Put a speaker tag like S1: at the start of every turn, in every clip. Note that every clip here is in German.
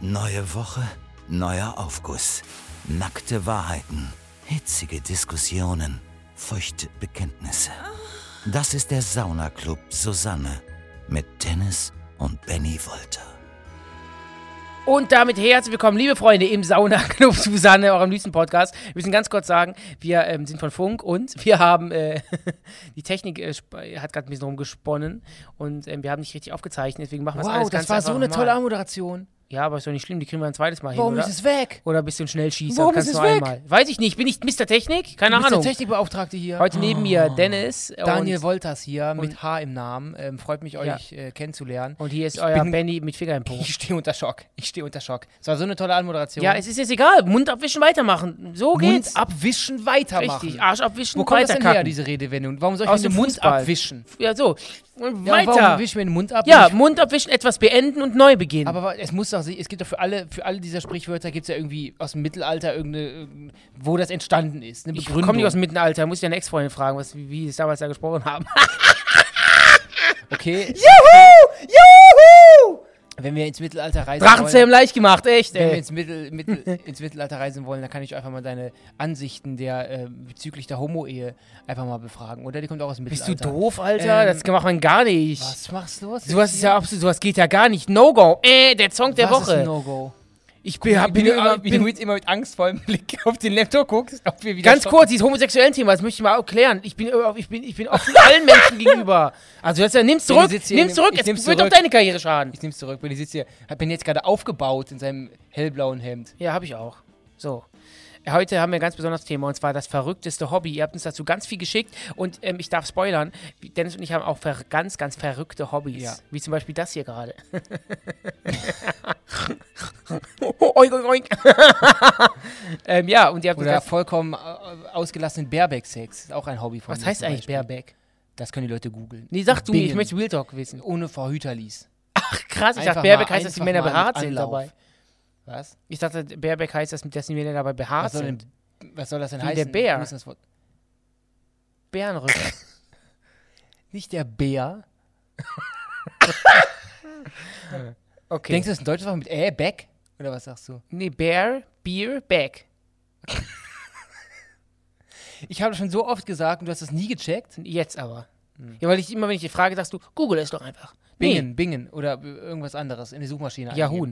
S1: Neue Woche, neuer Aufguss. Nackte Wahrheiten, hitzige Diskussionen, feuchte Bekenntnisse. Das ist der Saunaclub Susanne mit Dennis und Benny Wolter.
S2: Und damit herzlich willkommen, liebe Freunde, im Sauna-Club Susanne, eurem liebsten Podcast. Wir müssen ganz kurz sagen, wir ähm, sind von Funk und wir haben, äh, die Technik äh, sp- hat gerade ein bisschen rumgesponnen und ähm, wir haben nicht richtig aufgezeichnet, deswegen machen wir es
S3: Wow,
S2: alles
S3: das
S2: ganz
S3: war so
S2: einfach
S3: eine
S2: nochmal.
S3: tolle Anmoderation.
S2: Ja, aber ist doch nicht schlimm, die kriegen wir ein zweites Mal
S3: Warum
S2: hin,
S3: ist
S2: oder?
S3: es weg?
S2: oder ein bisschen Schnellschießer,
S3: Warum
S2: kannst du
S3: ist es weg?
S2: einmal. Weiß ich nicht, bin ich Mr. Technik? Keine
S3: Du bist der
S2: Ahnung.
S3: Technikbeauftragte hier.
S2: Heute neben mir Dennis
S3: Oh. Daniel
S2: und,
S3: Wolters hier mit
S2: und-
S3: H im Namen. Ähm, freut mich,
S2: Ja.
S3: euch äh, kennenzulernen.
S2: und hier ist
S3: Ich
S2: euer
S3: bin-
S2: Benny mit Finger im Po.
S3: Ich stehe unter Schock. Ich stehe unter Schock. Es war so eine tolle Anmoderation.
S2: Ja, es ist jetzt egal, Mund abwischen, weitermachen. So
S3: Mund
S2: geht's.
S3: abwischen, weitermachen.
S2: Richtig, Arsch abwischen,
S3: Wo kommt das denn
S2: weiterkacken.
S3: her, diese Redewendung? Warum soll ich
S2: Aus
S3: mir
S2: dem
S3: den Mund
S2: Fußball.
S3: abwischen?
S2: Ja, so. Und
S3: Ja,
S2: Weiter.
S3: Warum wische ich mir den Mund ab?
S2: Ja,
S3: Ich-
S2: Mund abwischen, etwas beenden und neu beginnen.
S3: aber wa- es muss doch, es gibt doch für alle, für alle dieser Sprichwörter gibt es ja irgendwie aus dem Mittelalter irgendeine, äh, wo das entstanden ist. Eine
S2: ich
S3: Begründung.
S2: komme nicht aus dem Mittelalter, muss ich deine Ex-Freundin fragen, was, wie, wie sie es damals da gesprochen haben.
S3: Okay,
S2: Juhu! Juhu!
S3: wenn wir ins Mittelalter reisen wollen.
S2: Drachenzähm leicht gemacht, echt,
S3: Wenn wir
S2: ey.
S3: ins, Mittel, Mittel, ins Mittelalter reisen wollen, dann kann ich einfach mal deine Ansichten der, äh, bezüglich der Homo-Ehe einfach mal befragen. Oder die kommt auch aus dem
S2: Bist du
S3: Mittelalter.
S2: doof, Alter?
S3: Ähm,
S2: das macht man gar nicht.
S3: Was machst du? Was
S2: Sowas ist ja absolut, sowas geht ja gar nicht. No-Go. Äh, der Song der
S3: was Ist ein
S2: Woche.
S3: No-Go?
S2: Ich bin, hab- bin,
S3: wie, du immer,
S2: bin,
S3: wie du jetzt immer mit angstvollem Blick auf den Laptop guckst, ob wir wieder
S2: ganz
S3: stoppen.
S2: kurz, dieses homosexuellen Thema, das möchte ich mal auch klären. Ich bin, äh, ich bin, ich bin offen allen Menschen gegenüber. Also, das, nimm's
S3: Wenn
S2: zurück,
S3: du sitzt hier
S2: nimm's
S3: in dem-
S2: zurück,
S3: ich
S2: es
S3: nimm's
S2: wird doch
S3: zurück.
S2: deine Karriere schaden.
S3: Ich nehm's zurück, Benny sitzt hier, hat Benny jetzt gerade aufgebaut in seinem hellblauen Hemd.
S2: Ja, habe ich auch. So. Heute haben wir ein ganz besonderes Thema und zwar das verrückteste Hobby. Ihr habt uns dazu ganz viel geschickt und ähm, ich darf spoilern, Dennis und ich haben auch ver ganz, ganz verrückte Hobbys.
S3: Ja.
S2: Wie zum Beispiel das hier gerade. oink, oink, oink. ähm, ja, und ihr habt uns
S3: Oder
S2: ganz,
S3: vollkommen äh, ausgelassenen Baerbeck-Sex. Ist auch ein Hobby von
S2: Was
S3: mir
S2: heißt
S3: zum
S2: eigentlich
S3: Beispiel.
S2: Bareback?
S3: Das können die Leute googeln.
S2: Nee, sag du mir, ich
S3: Bingen.
S2: möchte Real Talk wissen.
S3: Ohne Verhüterlies.
S2: Ach, krass, ich
S3: Einfach
S2: dachte, Bareback
S3: mal-
S2: heißt, dass die
S3: einfach
S2: Männer
S3: mal mit
S2: behaart sind
S3: Anlauf.
S2: dabei.
S3: Was?
S2: Ich dachte, Bareback heißt, dass, dass die Männer dabei behaart
S3: Was soll,
S2: sind.
S3: denn, was soll das denn
S2: Wie der
S3: heißen?
S2: Bär.
S3: Wir müssen Das Wort
S2: Bärenrücken.
S3: Nicht der Bär.
S2: Okay.
S3: Denkst du, das ist ein deutsches Wort mit äh, Beck? Oder was sagst du?
S2: nee, Bear, Beer, Back.
S3: Ich habe das schon so oft gesagt und du hast das nie gecheckt.
S2: Jetzt aber.
S3: Hm.
S2: Ja, weil ich immer, wenn ich die frage, sagst du, Google es doch einfach.
S3: Bingen, Bingen oder äh, irgendwas anderes in die Suchmaschine.
S2: Nee. Yahoo.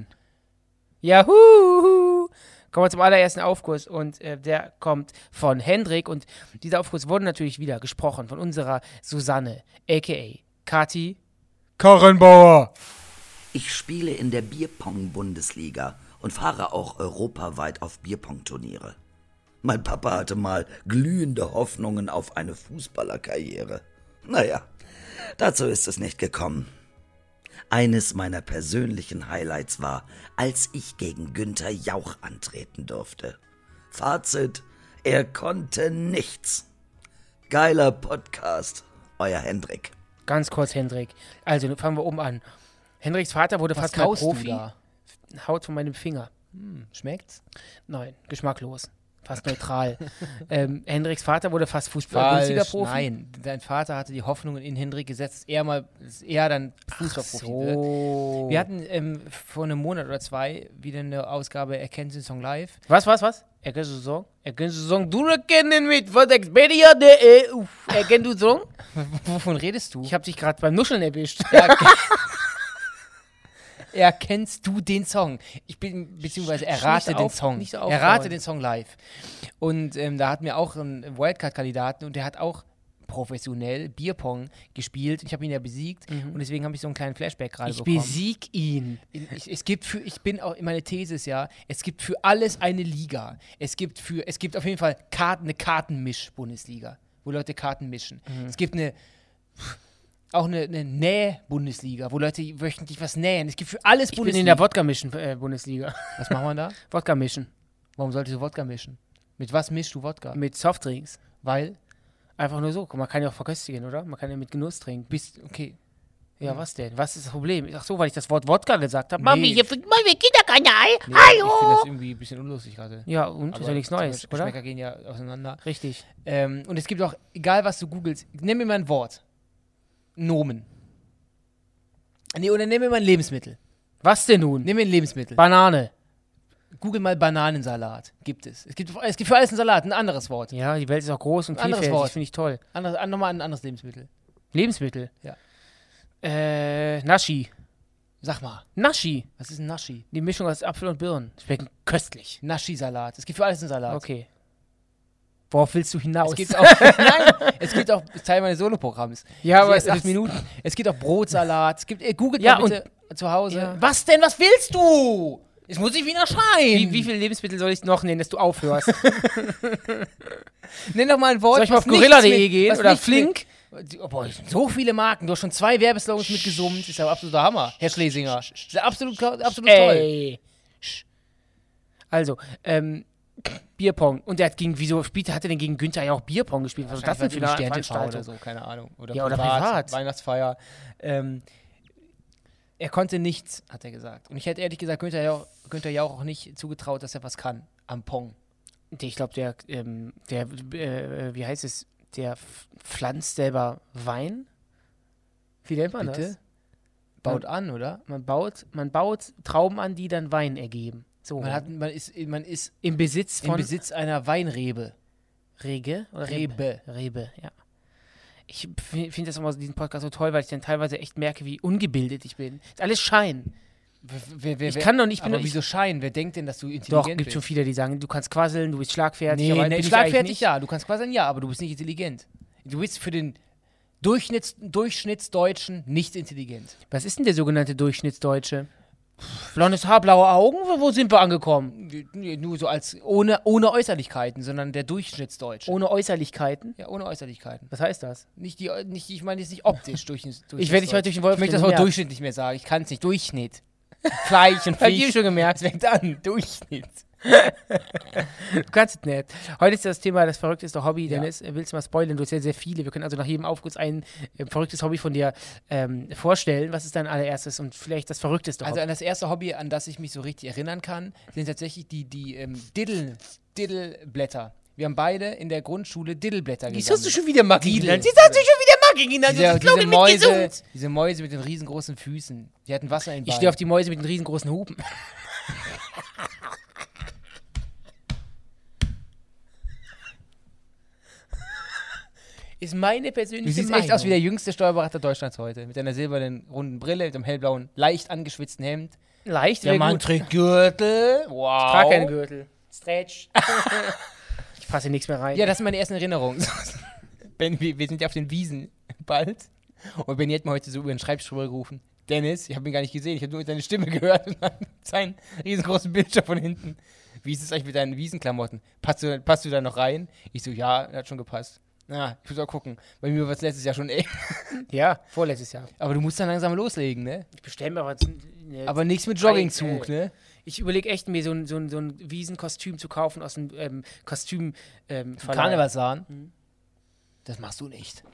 S2: Yahoo! Kommen wir zum allerersten Aufguss und äh, der kommt von Hendrik und dieser Aufguss wurde natürlich wieder gesprochen von unserer Susanne, a.k.a. Kati.
S3: Karrenbauer.
S1: Ich spiele in der Bierpong-Bundesliga und fahre auch europaweit auf Bierpong-Turniere. Mein Papa hatte mal glühende Hoffnungen auf eine Fußballerkarriere. Naja, dazu ist es nicht gekommen. Eines meiner persönlichen Highlights war, als ich gegen Günther Jauch antreten durfte. Fazit, er konnte nichts. Geiler Podcast, euer Hendrik.
S2: Ganz kurz, Hendrik. Also, nun fangen wir oben an. Hendriks Vater wurde
S3: Was
S2: fast halb
S3: kaust du
S2: Profi.
S3: da?
S2: Haut von meinem Finger.
S3: Schmeckt's?
S2: Nein, geschmacklos. Fast neutral. ähm, Hendriks Vater wurde fast
S3: Falsch.
S2: Fußball-Bundesliga-Profi.
S3: Nein, dein Vater hatte die Hoffnungen in Hendrik gesetzt, dass er mal, dass er dann Fußballprofi wird.
S2: So.
S3: Wir hatten ähm, vor einem Monat oder zwei wieder eine Ausgabe Erkennen Sie den Song live.
S2: Was, was, was? Erkennst du Song? Erkennst du Song? Du erkennen mit was Expedia der äh, EU. Erkennst du Song?
S3: Wovon redest du?
S2: Ich hab dich gerade beim Nuscheln erwischt.
S3: erkennst du den Song? Ich bin, beziehungsweise errate
S2: Nicht
S3: den
S2: auf-
S3: Song.
S2: nicht so aufbauen.
S3: errate den Song live. Und ähm, da hatten wir auch einen Wildcard-Kandidaten und der hat auch professionell Bierpong gespielt. Ich habe ihn ja besiegt und deswegen habe ich so einen kleinen Flashback gerade
S2: Mhm. Ich
S3: bekommen.
S2: besieg ihn.
S3: Ich, es gibt für, ich bin auch, meine These ist ja, es gibt für alles eine Liga. Es gibt für, es gibt auf jeden Fall Karten, eine Kartenmisch-Bundesliga, wo Leute Karten mischen.
S2: Mhm.
S3: Es gibt eine, auch eine, eine Näh-Bundesliga, wo Leute wöchentlich was nähen. Es gibt für
S2: Ich
S3: alles
S2: bin in
S3: Bundesliga.
S2: der äh, Wodka-Mischen-Bundesliga.
S3: was machen wir da?
S2: Wodka-Mischen.
S3: Warum solltest du Wodka mischen? Mit was mischst du Wodka?
S2: Mit Softdrinks.
S3: Weil,
S2: Einfach nur so. Man kann ja auch verköstigen, oder? Man kann ja mit Genuss trinken.
S3: bist, okay.
S2: Ja, was denn? Was ist das Problem? Ach so, weil ich das Wort Wodka gesagt habe. Mami, hier fliegt Mami, Kinderkanal.
S3: Nee, Ich finde
S2: Hallo!
S3: das irgendwie ein bisschen unlustig gerade.
S2: Ja, und? ist ja nichts Neues,
S3: Geschmäcker
S2: oder?
S3: gehen ja auseinander.
S2: Richtig.
S3: Ähm, und es gibt auch, egal was du googelst, nimm mir mal ein Wort. Nomen. Nee, oder nimm mir mal ein Lebensmittel.
S2: Was denn nun?
S3: Nimm mir ein Lebensmittel.
S2: Banane.
S3: Google mal Bananensalat. Gibt es. Es gibt, es gibt für alles einen Salat, ein anderes Wort.
S2: Ja, die Welt ist auch groß und
S3: Anderes
S2: vielfältig.
S3: Wort.
S2: Das finde ich toll.
S3: Anderes, an, nochmal ein anderes Lebensmittel.
S2: Lebensmittel.
S3: Ja.
S2: Äh, Naschi.
S3: Sag mal,
S2: Naschi.
S3: was ist ein Naschi?
S2: Die Mischung aus Apfel und Birnen. Schmecken köstlich.
S3: Naschi-Salat. Es gibt für alles einen Salat.
S2: Okay. Oh. Worauf willst du hinaus?
S3: Es gibt auch, nein, es gibt auch das ist Teil meines Soloprogramms.
S2: Ja,
S3: Die
S2: aber
S3: ersten
S2: es
S3: acht
S2: ist-
S3: Minuten. Es gibt auch Brotsalat. Es gibt, äh, googelt
S2: Ja,
S3: mal bitte zu Hause.
S2: Ja.
S3: Was denn? Was willst du? Es muss ich wieder schreien.
S2: wie, wie viele Lebensmittel soll ich noch nennen, dass du aufhörst?
S3: Nenn doch mal ein Wort.
S2: Soll ich mal
S3: was
S2: auf gorilla.de
S3: nichts mit-
S2: gehen
S3: was
S2: oder
S3: nichts mit-
S2: Flink?
S3: Oh, boah, es sind so viele Marken. Du hast schon zwei Werbeslogans mitgesummt. Ist ja absoluter Hammer, Herr Schlesinger. Ist ja absolut, absolut toll.
S2: Ey. Sch. Also, ähm, Bierpong. Und der hat gegen, wieso spielte, hat er denn gegen Günther ja auch Bierpong gespielt? Was ist das denn für eine
S3: Sternchen
S2: Veranstaltung?
S3: oder so? Keine Ahnung. Oder
S2: Ja, oder privat.
S3: Weihnachtsfeier. Ähm, er konnte nichts, hat er gesagt. Und ich hätte ehrlich gesagt Günther Jauch, Günther Jauch auch nicht zugetraut, dass er was kann. Am Pong.
S2: Der- Ich glaube, der, ähm, der, äh, wie heißt es, der f- pflanzt selber Wein? Wie nennt man
S3: Bitte?
S2: das?
S3: Baut an, oder?
S2: Man baut, man baut Trauben an, die dann Wein ergeben. So.
S3: Man, hat, man ist, man ist
S2: Im Besitz
S3: im
S2: Oh. von
S3: Besitz einer Weinrebe.
S2: Rege oder
S3: Rebe.
S2: Rebe, ja. Ich finde das immer so, diesen Podcast so toll, weil ich dann teilweise echt merke, wie ungebildet ich bin. Ist alles Schein.
S3: Wer, wer,
S2: Ich kann doch nicht- ich bin
S3: Aber
S2: doch- ich-
S3: wieso Schein? Wer denkt denn, dass du intelligent
S2: Doch,
S3: bist?
S2: gibt schon viele, die sagen, du kannst quasseln, du bist schlagfertig.
S3: Nee,
S2: aber
S3: nee,
S2: bin ich
S3: schlagfertig
S2: eigentlich
S3: ja. Du kannst quasi ein Ja, aber du bist nicht intelligent. Du bist für den Durchschnitts Durchschnittsdeutschen nicht intelligent.
S2: nicht. Was ist denn der sogenannte Durchschnittsdeutsche? Blondes Haar, blaue Augen? Wo wo sind wir angekommen?
S3: Nee, Nur so als ohne, ohne Äußerlichkeiten, sondern der Durchschnittsdeutsche.
S2: Ohne Äußerlichkeiten?
S3: ja, ohne Äußerlichkeiten.
S2: Was heißt das?
S3: Nicht die, nicht, ich meine jetzt nicht optisch durch,
S2: Ich werde dich heute durch den Wolf
S3: Ich möchte das
S2: reden,
S3: Wort
S2: ja.
S3: Durchschnitt nicht mehr sagen. Ich kann es nicht. Durchschnitt. Fleisch und
S2: Hab ich
S3: Fisch.
S2: schon gemerkt.
S3: Fängt an. Durchschnitt.
S2: Du kannst es nicht. Heute ist das Thema das verrückteste Hobby.
S3: Ja.
S2: Dennis, äh, willst du mal spoilern? Du hast ja sehr viele. Wir können also nach jedem Aufguss ein äh, verrücktes Hobby von dir ähm, vorstellen. Was ist dein allererstes und vielleicht das verrückteste
S3: Also
S2: Hobby?
S3: an das erste Hobby, an das ich mich so richtig erinnern kann, sind tatsächlich die, die ähm, Diddle, Diddleblätter. Wir haben beide in der Grundschule Diddleblätter gesammelt.
S2: schon wieder Magie
S3: genannt.
S2: Jetzt hast du schon wieder Magie genannt.
S3: diese,
S2: Also Das ist Logan
S3: diese,
S2: mit
S3: Mäuse,
S2: gesund.
S3: diese Mäuse mit den riesengroßen Füßen. Die hatten Wasser in den
S2: Ich
S3: Beinen.
S2: stehe auf die Mäuse mit den riesengroßen Hupen. ist meine persönliche
S3: Du siehst
S2: Meinung.
S3: echt aus wie der jüngste Steuerberater Deutschlands heute. Mit einer silbernen, runden Brille, mit einem hellblauen, leicht angeschwitzten Hemd.
S2: Leicht,
S3: Der
S2: wäre
S3: Mann
S2: gut.
S3: trägt Gürtel. Wow.
S2: Trag keinen Gürtel. Stretch. ich passe hier nichts mehr rein.
S3: Ja, das sind meine ersten Erinnerungen. ben, wir, wir sind ja auf den Wiesen bald. Und Benny hat mir heute so über den Schreibtisch rüber gerufen. Dennis, ich habe ihn gar nicht gesehen, ich habe nur seine Stimme gehört und dann seinen riesengroßen Bildschirm von hinten. Wie ist es eigentlich mit deinen Wiesenklamotten? Passt du, passt du da noch rein? Ich so, ja, hat schon gepasst. Na, ich muss auch gucken. Bei mir war es letztes Jahr schon eng.
S2: ja, vorletztes Jahr.
S3: Aber du musst dann langsam loslegen, ne?
S2: Ich bestelle mir aber. ne,
S3: Aber nichts mit Joggingzug, ne?
S2: ich überlege echt, mir so ein, so ein, so ein Wiesenkostüm zu kaufen aus einem ähm, Kostüm. Ähm,
S3: äh,
S2: Verleih.
S3: Karnevalsahn. Das machst du nicht.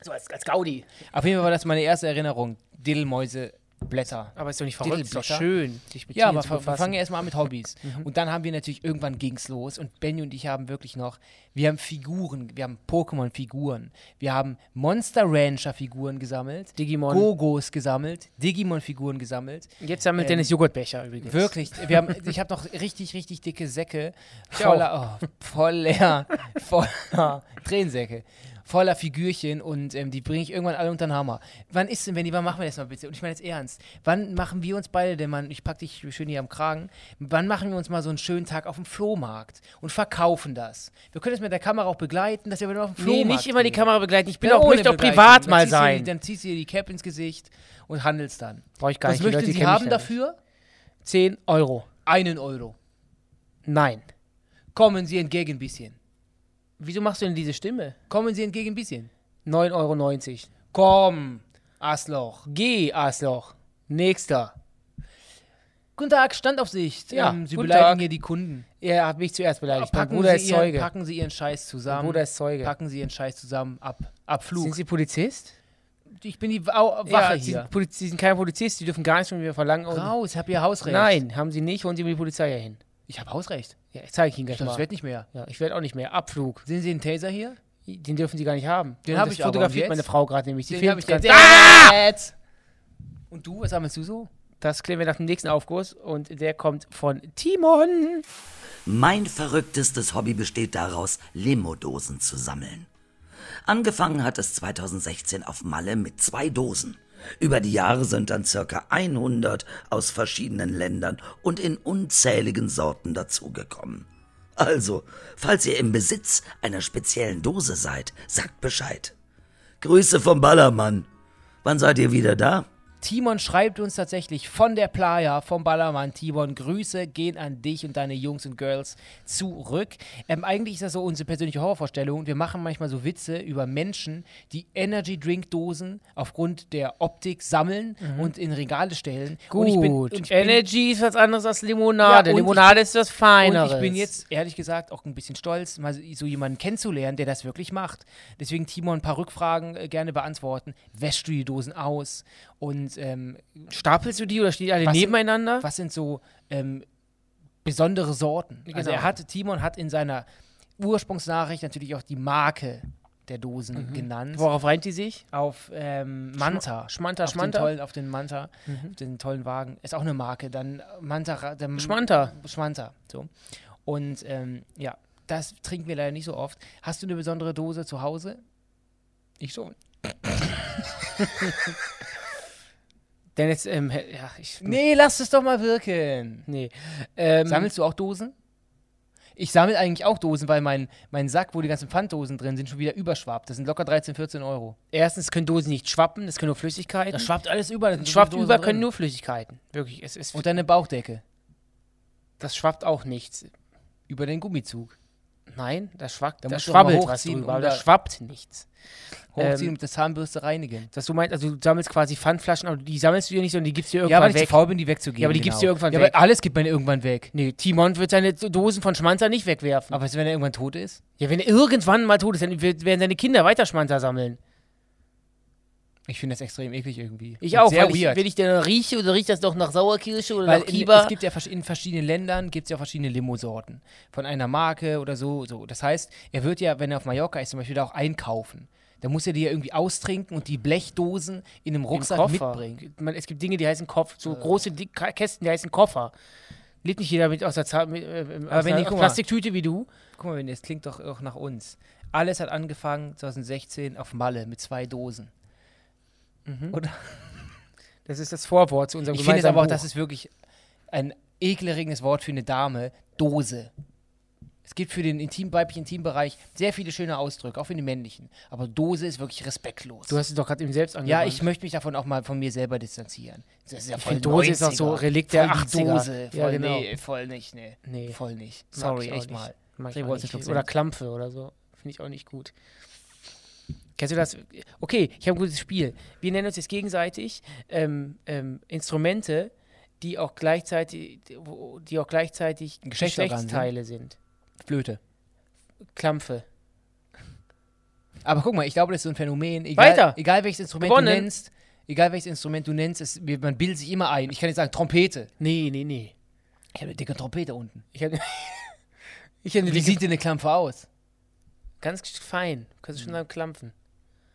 S2: So als, als Gaudi.
S3: Auf jeden Fall war das meine erste Erinnerung. Dillmäuse, Blätter.
S2: Aber ist doch nicht verrückt. Ist doch
S3: Diddleblätter.
S2: schön, sich mit
S3: Ja,
S2: Tieren
S3: aber
S2: zu
S3: fa- wir
S2: befassen. Mhm.
S3: fangen ja erstmal an mit Hobbys. Und dann haben wir natürlich, irgendwann ging es los und Benny und ich haben wirklich noch, wir haben Figuren, wir haben Pokémon-Figuren, wir haben Monster Rancher-Figuren gesammelt,
S2: Digimon.
S3: Gogos gesammelt, Digimon-Figuren gesammelt.
S2: Jetzt sammelt Dennis Joghurtbecher übrigens.
S3: Wirklich, wir haben, ich habe noch richtig, richtig dicke Säcke
S2: auch.
S3: voller, oh, voller, voller Tränensäcke, voller Figürchen und ähm, die bringe ich irgendwann alle unter den Hammer. Wann ist denn, Benni, wann machen wir das mal bitte? Und ich meine jetzt ernst, wann machen wir uns beide, denn Mann, ich pack dich schön hier am Kragen, wann machen wir uns mal so einen schönen Tag auf dem Flohmarkt und verkaufen das? Wir können das mit der Kamera auch begleiten, dass wir mal auf dem
S2: Nee,
S3: Flohmarkt
S2: nicht immer die
S3: gehen.
S2: Kamera begleiten. Ich bin
S3: Ja,
S2: auch,
S3: ohne
S2: möchte auch
S3: Begleitung.
S2: privat
S3: Dann
S2: mal
S3: ziehst du dir-
S2: sein.
S3: Dann ziehst du dir die Cap ins Gesicht und handelst dann.
S2: Brauche ich gar
S3: Was
S2: nicht. Die Leute,
S3: möchten
S2: die
S3: Sie
S2: kennen mich
S3: haben
S2: ja nicht.
S3: dafür?
S2: 10 Euro.
S3: Einen Euro.
S2: Nein.
S3: Kommen Sie entgegen ein bisschen.
S2: Wieso machst du denn diese Stimme?
S3: Kommen Sie entgegen ein bisschen.
S2: 9,90 Euro.
S3: Komm, Asloch.
S2: Geh, Asloch. Nächster.
S3: Guten Tag, Standaufsicht.
S2: Ja,
S3: ähm, Sie
S2: guten
S3: beleidigen
S2: Tag.
S3: hier die Kunden.
S2: Er hat mich zuerst beleidigt. Mein
S3: Packen
S2: Bruder
S3: Sie
S2: ist
S3: ihren,
S2: Zeuge.
S3: Packen Sie Ihren Scheiß
S2: Mein
S3: zusammen.
S2: Bruder ist Zeuge.
S3: Packen Sie Ihren Scheiß zusammen ab.
S2: Sind
S3: Abflug.
S2: Sie Polizist?
S3: Ich bin die Wa Wache
S2: ja, Sie
S3: hier.
S2: sind, Poliz Sie sind kein Polizist. Sie dürfen gar nichts von mir verlangen. Und
S3: Raus, ich habe Ihr Hausrecht.
S2: Nein, haben Sie nicht. Holen Sie mir die Polizei hier hin.
S3: Ich habe Hausrecht.
S2: Ja, ich zeige Ihnen gleich
S3: Das
S2: mal.
S3: wird nicht mehr.
S2: Ja, ich werde auch nicht mehr. Abflug.
S3: Sehen Sie den Taser hier?
S2: Den dürfen Sie gar nicht haben.
S3: Den
S2: Und
S3: hab
S2: das
S3: ich aber. Und
S2: fotografiert
S3: jetzt?
S2: meine Frau gerade nämlich. Die
S3: Den
S2: filmt
S3: hab ich
S2: ganz-
S3: jetzt. Ah! Und du, was sammelst du so?
S2: Das klären wir nach dem nächsten Aufguss und der kommt von Timon.
S1: Mein verrücktestes Hobby besteht daraus, Limo-Dosen zu sammeln. Angefangen hat es 2016 auf Malle mit zwei Dosen. Über die Jahre sind dann circa 100 aus verschiedenen Ländern und in unzähligen Sorten dazugekommen. Also, falls ihr im Besitz einer speziellen Dose seid, sagt Bescheid. Grüße vom Ballermann. Wann seid ihr wieder da?
S3: Timon schreibt uns tatsächlich von der Playa, vom Ballermann. Timon, Grüße gehen an dich und deine Jungs und Girls zurück. Ähm, eigentlich ist das so unsere persönliche Horrorvorstellung. Wir machen manchmal so Witze über Menschen, die Energy Drink Dosen aufgrund der Optik sammeln und in Regale stellen. Und ich bin, und ich bin,
S2: Energy ist was anderes als Limonade.
S3: Ja, und
S2: Limonade ist was Feineres.
S3: und ich bin jetzt ehrlich gesagt auch ein bisschen stolz, mal so jemanden kennenzulernen, der das wirklich macht. Deswegen, Timon, ein paar Rückfragen äh, gerne beantworten. Wäschst du die Dosen aus? Und ähm,
S2: Stapelst du die oder stehen die alle
S3: Was-
S2: nebeneinander?
S3: was sind so ähm, besondere Sorten? Also
S2: Genau.
S3: er hat, Timon hat in seiner Ursprungsnachricht natürlich auch die Marke der Dosen
S2: Mhm.
S3: genannt.
S2: Worauf reimt die sich?
S3: Auf ähm, Manta.
S2: Schmanta,
S3: auf
S2: Schmanta? Mhm.
S3: Den tollen, auf den Manta, auf den tollen Wagen. Ist auch eine Marke. Dann Manta, Ra- der
S2: Schmanta.
S3: Schmanta. So. Und ähm, ja, das trinken wir leider nicht so oft. Hast du eine besondere Dose zu Hause? Ich schon.
S2: Denn jetzt, ähm, hä- ja, ich.
S3: Nee, lass es doch mal wirken.
S2: nee. Ähm,
S3: Sammelst du auch Dosen? Ich sammle eigentlich auch Dosen, weil mein, mein Sack, wo die ganzen Pfanddosen drin sind, schon wieder überschwappt. Das sind locker 13, 14 Euro.
S2: erstens können Dosen nicht schwappen, das können nur Flüssigkeiten.
S3: Das schwappt alles über. Das sind so
S2: schwappt
S3: viele Dosen
S2: über,
S3: drin.
S2: können nur Flüssigkeiten. Wirklich, es ist.
S3: Und deine Bauchdecke.
S2: das schwappt auch nichts.
S3: Über den Gummizug.
S2: Nein, das, schwappt,
S3: Da
S2: das
S3: musst du noch mal
S2: schwabbelt was
S3: hochziehen,
S2: drüber,
S3: um
S2: aber das
S3: da-
S2: schwappt nichts.
S3: Hochziehen
S2: Ähm,
S3: und mit der Zahnbürste reinigen.
S2: Dass du meinst, also du sammelst quasi Pfandflaschen, aber die sammelst du dir nicht, sondern die gibst du dir
S3: Ja,
S2: irgendwann
S3: weil ich
S2: weg.
S3: zu faul bin, die wegzugeben. genau.
S2: Ja, aber die gibst du irgendwann
S3: ja,
S2: weg.
S3: Aber alles gibt man irgendwann weg.
S2: Nee, Timon wird seine Dosen von Schmanzer nicht wegwerfen.
S3: Aber was, wenn er irgendwann tot ist?
S2: ja, wenn er irgendwann mal tot ist, dann wird- werden seine Kinder weiter Schmanzer sammeln.
S3: Ich finde das extrem eklig irgendwie.
S2: Ich
S3: Und
S2: auch,
S3: sehr
S2: weil ich,
S3: weird.
S2: wenn ich den rieche oder riecht das doch nach Sauerkirsche oder
S3: Weil
S2: nach
S3: in,
S2: Kiba.
S3: es gibt ja versch- in verschiedenen Ländern gibt es ja auch verschiedene Limo-Sorten von einer Marke oder so, so. Das heißt, er wird ja, wenn er auf Mallorca ist, zum Beispiel da auch einkaufen. Da muss er die ja irgendwie austrinken und die Blechdosen in einem
S2: im
S3: Rucksack
S2: Koffer.
S3: mitbringen.
S2: Man, es gibt Dinge, die heißen Koffer, so große Di- Ka- Kästen, die heißen Koffer. Lebt nicht jeder mit aus der, Zahn, mit, äh, äh, aus
S3: wenn
S2: einer
S3: ich- guck mal.
S2: Plastiktüte wie du.
S3: Guck mal, Vinny, das klingt doch auch nach uns. Alles hat angefangen 2016 auf Malle mit zwei Dosen.
S2: Das ist das Vorwort zu unserem
S3: Ich finde jetzt aber auch,
S2: Buch.
S3: das ist wirklich ein ekelerregendes Wort für eine Dame. Dose. Es gibt für den intim weiblichen Intimbereich sehr viele schöne Ausdrücke, auch für den männlichen. Aber Dose ist wirklich respektlos.
S2: Du hast es doch gerade eben selbst
S3: Ja,
S2: angewandt.
S3: ich möchte mich davon auch mal von mir selber distanzieren. Das ist ja
S2: find, Dose ist auch so Relikt der
S3: voll die
S2: 80er.
S3: Dose. Voll,
S2: Ja, genau.
S3: nee, voll nicht, nee.
S2: Nee.
S3: Voll nicht.
S2: Mag
S3: Sorry,
S2: ich auch
S3: echt
S2: nicht.
S3: mal.
S2: Mag ich
S3: Dreh
S2: auch
S3: Wolf
S2: nicht.
S3: einen Schluck
S2: Oder
S3: Senf.
S2: Klampfe oder so. Finde ich auch nicht gut. Kennst du das? Okay, ich habe ein gutes Spiel. Wir nennen uns jetzt gegenseitig ähm, ähm, Instrumente, die auch gleichzeitig, wo- die auch gleichzeitig
S3: Geschlechtsorgan sind.
S2: Geschlechtsteile sind.
S3: Flöte.
S2: Klampfe.
S3: Aber guck mal, ich glaube, das ist so ein Phänomen. Egal,
S2: Weiter.
S3: Egal welches Instrument
S2: Gewonnen.
S3: du nennst, egal welches Instrument du nennst, es, man bildet sich immer ein. Ich kann jetzt sagen, Trompete.
S2: Nee, nee, nee.
S3: Ich habe eine dicke Trompete unten.
S2: Ich habe ich hab eine
S3: Wie
S2: dicke,
S3: sieht denn eine Klampfe aus?
S2: ganz fein. Kannst du schon sagen, Klampfen.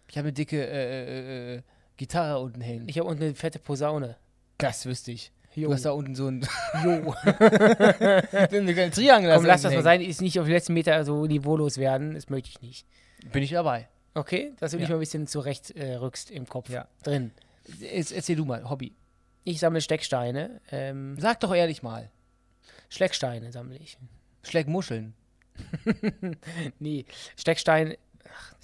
S3: Ich habe eine dicke äh, äh, äh, Gitarre unten hängen.
S2: Ich habe unten eine fette Posaune.
S3: das wüsste ich.
S2: Jo.
S3: Du hast da unten so ein
S2: Jo.
S3: eine kleine
S2: Komm,
S3: Triangel. hast du
S2: lass das
S3: unten
S2: mal sein. Ist nicht auf die letzten Meter so niveaulos werden. Das möchte ich nicht.
S3: hängen. Bin ich dabei.
S2: Okay, dass du dich
S3: Ja.
S2: mal ein bisschen zurecht äh, rückst im Kopf
S3: Ja.
S2: drin.
S3: Jetzt Erzähl du mal, Hobby.
S2: Ich sammle Stecksteine. Ähm,
S3: Sag doch ehrlich mal.
S2: Schlecksteine sammle ich.
S3: Schläg Muscheln.
S2: Nee, Steckstein.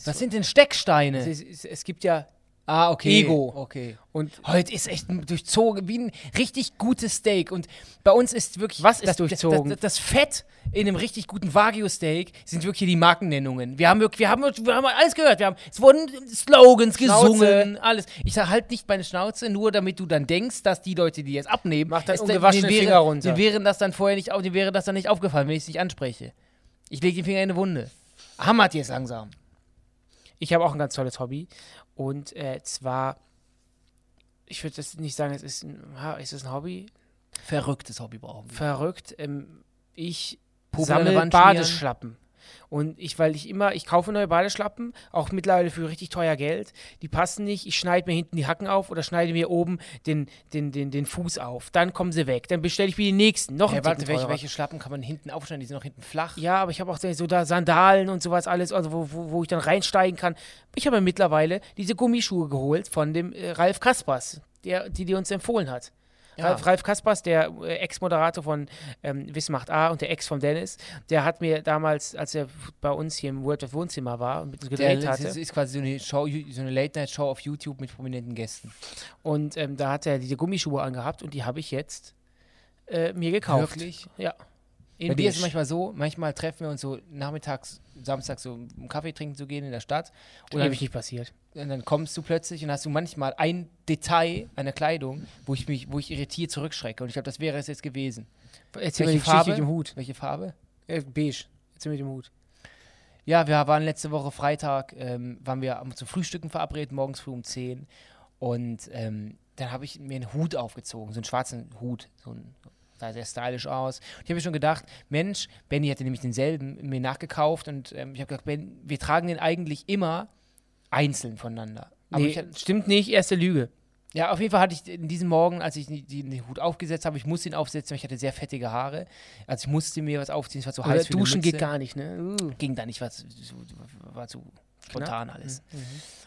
S3: Was sind denn Stecksteine?
S2: Es, ist, es gibt ja.
S3: ah, okay.
S2: Ego.
S3: Okay.
S2: Und
S3: Heute ist echt ein durchzogen, wie ein richtig gutes Steak. Und bei uns ist wirklich.
S2: Was ist
S3: das,
S2: durchzogen?
S3: Das, das, das Fett in einem richtig guten Wagyu-Steak sind wirklich die Markennennungen. Wir haben, wirklich, wir, haben, wir haben alles gehört. Wir haben, es wurden Slogans
S2: Schnauze.
S3: gesungen, alles. Ich sag halt nicht meine Schnauze, nur damit du dann denkst, dass die Leute, die jetzt abnehmen,
S2: Mach deinen
S3: es-
S2: ungewaschenen
S3: denen wäre,
S2: Finger runter.
S3: denen wären das dann vorher nicht, auf- denen wäre das dann nicht aufgefallen, wenn ich es nicht anspreche. Ich lege den Finger in eine Wunde. Hammert jetzt langsam.
S2: ich habe auch ein ganz tolles Hobby. Und äh, zwar, ich würde das nicht sagen, es ist ein, ha, ist es ein Hobby.
S3: Verrücktes Hobby brauchen wir.
S2: Verrückt. Ähm, ich
S3: Popel an der
S2: sammle
S3: Wand schmieren.
S2: Badeschlappen. Und ich, weil ich immer, ich kaufe neue Badeschlappen, auch mittlerweile für richtig teuer Geld. Die passen nicht. Ich schneide mir hinten die Hacken auf oder schneide mir oben den, den, den, den Fuß auf. Dann kommen sie weg. Dann bestelle ich mir die nächsten. Noch
S3: Hey,
S2: einen
S3: warte,
S2: Ticken
S3: welche,
S2: teurer.
S3: welche Schlappen kann man hinten aufschneiden? Die sind noch hinten flach.
S2: Ja, aber ich habe auch so da Sandalen und sowas alles, also wo, wo, wo ich dann reinsteigen kann. Ich habe mir mittlerweile diese Gummischuhe geholt von dem äh, Ralf Kaspers, der, die die uns empfohlen hat.
S3: Ja.
S2: Ralf, Ralf Kaspers, der äh, Ex-Moderator von ähm, Wissen macht A und der Ex von Dennis, der hat mir damals, als er bei uns hier im World of Wohnzimmer war und mit uns
S3: Der
S2: gedreht
S3: ist,
S2: hatte,
S3: ist, ist quasi so eine, Show, so eine Late-Night-Show auf YouTube mit prominenten Gästen.
S2: und ähm, da hat er diese Gummischuhe angehabt und die habe ich jetzt äh, mir gekauft.
S3: Wirklich?
S2: Ja. In
S3: Bei dir ist es
S2: beige.
S3: manchmal so, manchmal treffen wir uns so nachmittags, samstags so um Kaffee trinken zu gehen in der Stadt. Und dann,
S2: Ewig nicht passiert.
S3: und dann kommst du plötzlich und hast du manchmal ein Detail einer Kleidung, wo ich mich, wo ich irritiert zurückschrecke. Und ich glaube, das wäre es jetzt gewesen.
S2: Erzähl mir die Geschichte mit dem Hut.
S3: Welche Farbe?
S2: Äh, beige. Erzähl mir mit dem Hut.
S3: Ja, wir waren letzte Woche Freitag, ähm, waren wir am- zum Frühstücken verabredet, morgens früh um 10. Und ähm, dann habe ich mir einen Hut aufgezogen, so einen schwarzen Hut. So ein, sah sehr stylisch aus. Und ich habe mir schon gedacht, Mensch, Benny hatte nämlich denselben mir nachgekauft. Und ähm, ich habe gedacht, Ben, wir tragen den eigentlich immer einzeln voneinander. Aber
S2: nee,
S3: ich, hatte-
S2: stimmt nicht, erste Lüge.
S3: ja, auf jeden Fall hatte ich in diesem Morgen, als ich die- die- den Hut aufgesetzt habe, ich musste ihn aufsetzen, weil ich hatte sehr fettige Haare. Also ich musste mir was aufziehen, es war zu
S2: Oder
S3: heiß für
S2: duschen
S3: eine Mütze
S2: geht gar nicht, ne? Uh.
S3: ging da nicht, war zu, zu, war zu spontan alles.
S2: Mhm.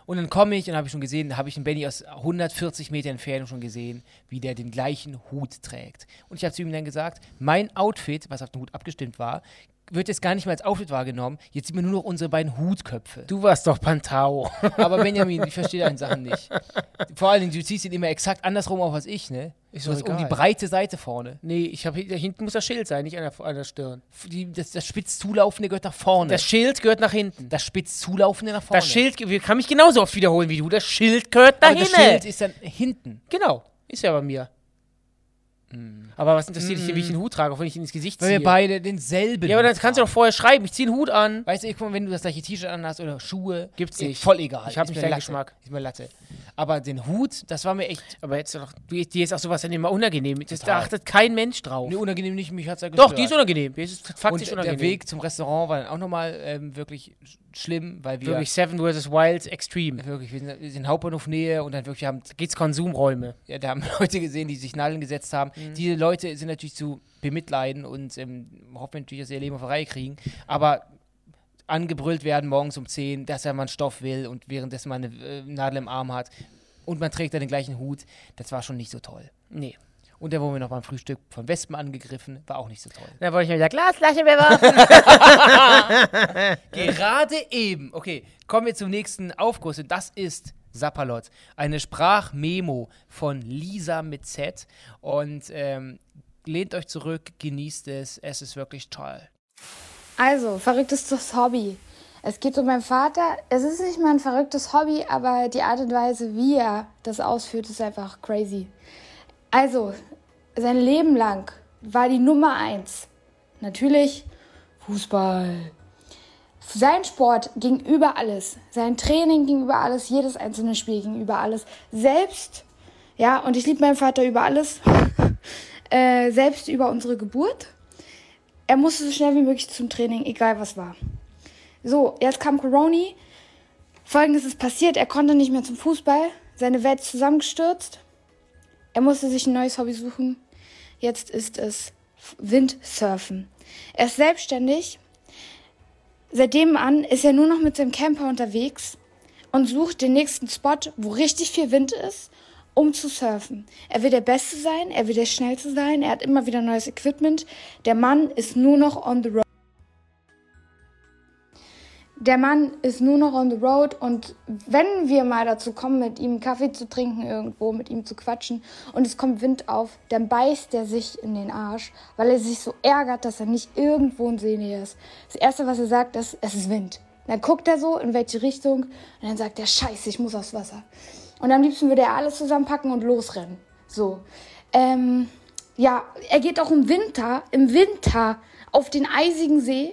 S3: Und dann komme ich und habe ich schon gesehen, habe ich den Benny aus 140 Meter Entfernung schon gesehen, wie der den gleichen Hut trägt. Und ich habe zu ihm dann gesagt, mein Outfit, was auf den Hut abgestimmt war, wird jetzt gar nicht mehr als Outfit wahrgenommen. Jetzt sieht man nur noch unsere beiden Hutköpfe.
S2: Du warst doch Pantau.
S3: Aber Benjamin, ich verstehe deine Sachen nicht. Vor allen Dingen, du ziehst ihn immer exakt andersrum auf als ich, ne?
S2: Ist
S3: du
S2: doch
S3: hast um die
S2: egal.
S3: breite Seite vorne.
S2: nee, ich hab, da hinten muss das Schild sein, nicht an der, an der Stirn.
S3: Die, das, das spitz zulaufende gehört nach vorne.
S2: Das Schild gehört nach hinten.
S3: das spitz zulaufende nach vorne.
S2: Das Schild, ich kann mich genauso oft wiederholen wie du. Das Schild gehört nach
S3: Aber das Schild
S2: hinten.
S3: ist dann hinten.
S2: Genau, ist ja bei mir. Aber was interessiert dich denn, wie ich den Hut trage, auch wenn ich ihn ins Gesicht
S3: Weil
S2: ziehe?
S3: Hm. wir beide denselben.
S2: ja, aber dann
S3: Hut
S2: kannst du doch
S3: haben.
S2: vorher schreiben, ich ziehe einen Hut an.
S3: Weißt du, ich guck mal, wenn du das gleiche T-Shirt anhast oder Schuhe.
S2: Gibt's
S3: ist
S2: nicht.
S3: Voll egal.
S2: Ich hab
S3: Ist
S2: nicht
S3: mir
S2: deinen
S3: Latte.
S2: Geschmack.
S3: Ist mir Latte. Aber den Hut, das war mir echt.
S2: Aber jetzt doch, die- dir ist auch sowas dann immer unangenehm. Das da
S3: Total.
S2: achtet kein Mensch drauf.
S3: Nee, unangenehm nicht, mich hat's ja
S2: doch,
S3: gestört.
S2: die ist unangenehm. Die ist
S3: Und
S2: faktisch unangenehm.
S3: der Weg zum Restaurant war dann auch nochmal ähm, wirklich sch- schlimm, weil wir
S2: Wirklich Seven vs. Wild Extreme.
S3: wirklich, wir sind, wir sind Hauptbahnhof Nähe und dann wirklich haben,
S2: Geht's Konsumräume.
S3: ja, da haben Leute gesehen, die sich Nadeln gesetzt haben. Diese Leute sind natürlich zu bemitleiden und ähm, hoffen natürlich, dass sie ihr Leben auf die Reihe kriegen. Aber angebrüllt werden morgens um 10, dass er mal einen Stoff will und währenddessen mal eine äh, Nadel im Arm hat und man trägt dann den gleichen Hut, das war schon nicht so toll.
S2: Nee.
S3: Und dann wurden wir noch beim Frühstück von Wespen angegriffen, war auch nicht so toll.
S2: Da wollte ich mir wieder Glasflasche bewerfen.
S3: Gerade eben. Okay, kommen wir zum nächsten Aufguss. Und das ist Sapperlot. Eine Sprachmemo von Lisa mit Z. Und ähm, lehnt euch zurück, genießt es. Es ist wirklich toll.
S4: Also, verrücktestes Hobby. Es geht um meinen Vater. Es ist nicht mal ein verrücktes Hobby, aber die Art und Weise, wie er das ausführt, ist einfach crazy. Also, sein Leben lang war die Nummer eins. Natürlich Fußball. Sein Sport ging über alles. Sein Training ging über alles. Jedes einzelne Spiel ging über alles. Selbst, ja, und ich liebe meinen Vater über alles. äh, selbst über unsere Geburt. Er musste so schnell wie möglich zum Training, egal was war. So, jetzt kam Coroni. Folgendes ist passiert: Er konnte nicht mehr zum Fußball. Seine Welt ist zusammengestürzt. Er musste sich ein neues Hobby suchen. Jetzt ist es Windsurfen. Er ist selbstständig. Seitdem an ist er nur noch mit seinem Camper unterwegs und sucht den nächsten Spot, wo richtig viel Wind ist, um zu surfen. Er will der Beste sein, er will der Schnellste sein, er hat immer wieder neues Equipment. Der Mann ist nur noch on the road. Der Mann ist nur noch on the road und wenn wir mal dazu kommen, mit ihm Kaffee zu trinken irgendwo, mit ihm zu quatschen und es kommt Wind auf, dann beißt er sich in den Arsch, weil er sich so ärgert, dass er nicht irgendwo in Seenähe ist. Das Erste, was er sagt, ist, es ist Wind. Dann guckt er so, in welche Richtung und dann sagt er, scheiße, ich muss aufs Wasser. Und am liebsten würde er alles zusammenpacken und losrennen. So. Ähm, ja, er geht auch im Winter, im Winter auf den eisigen See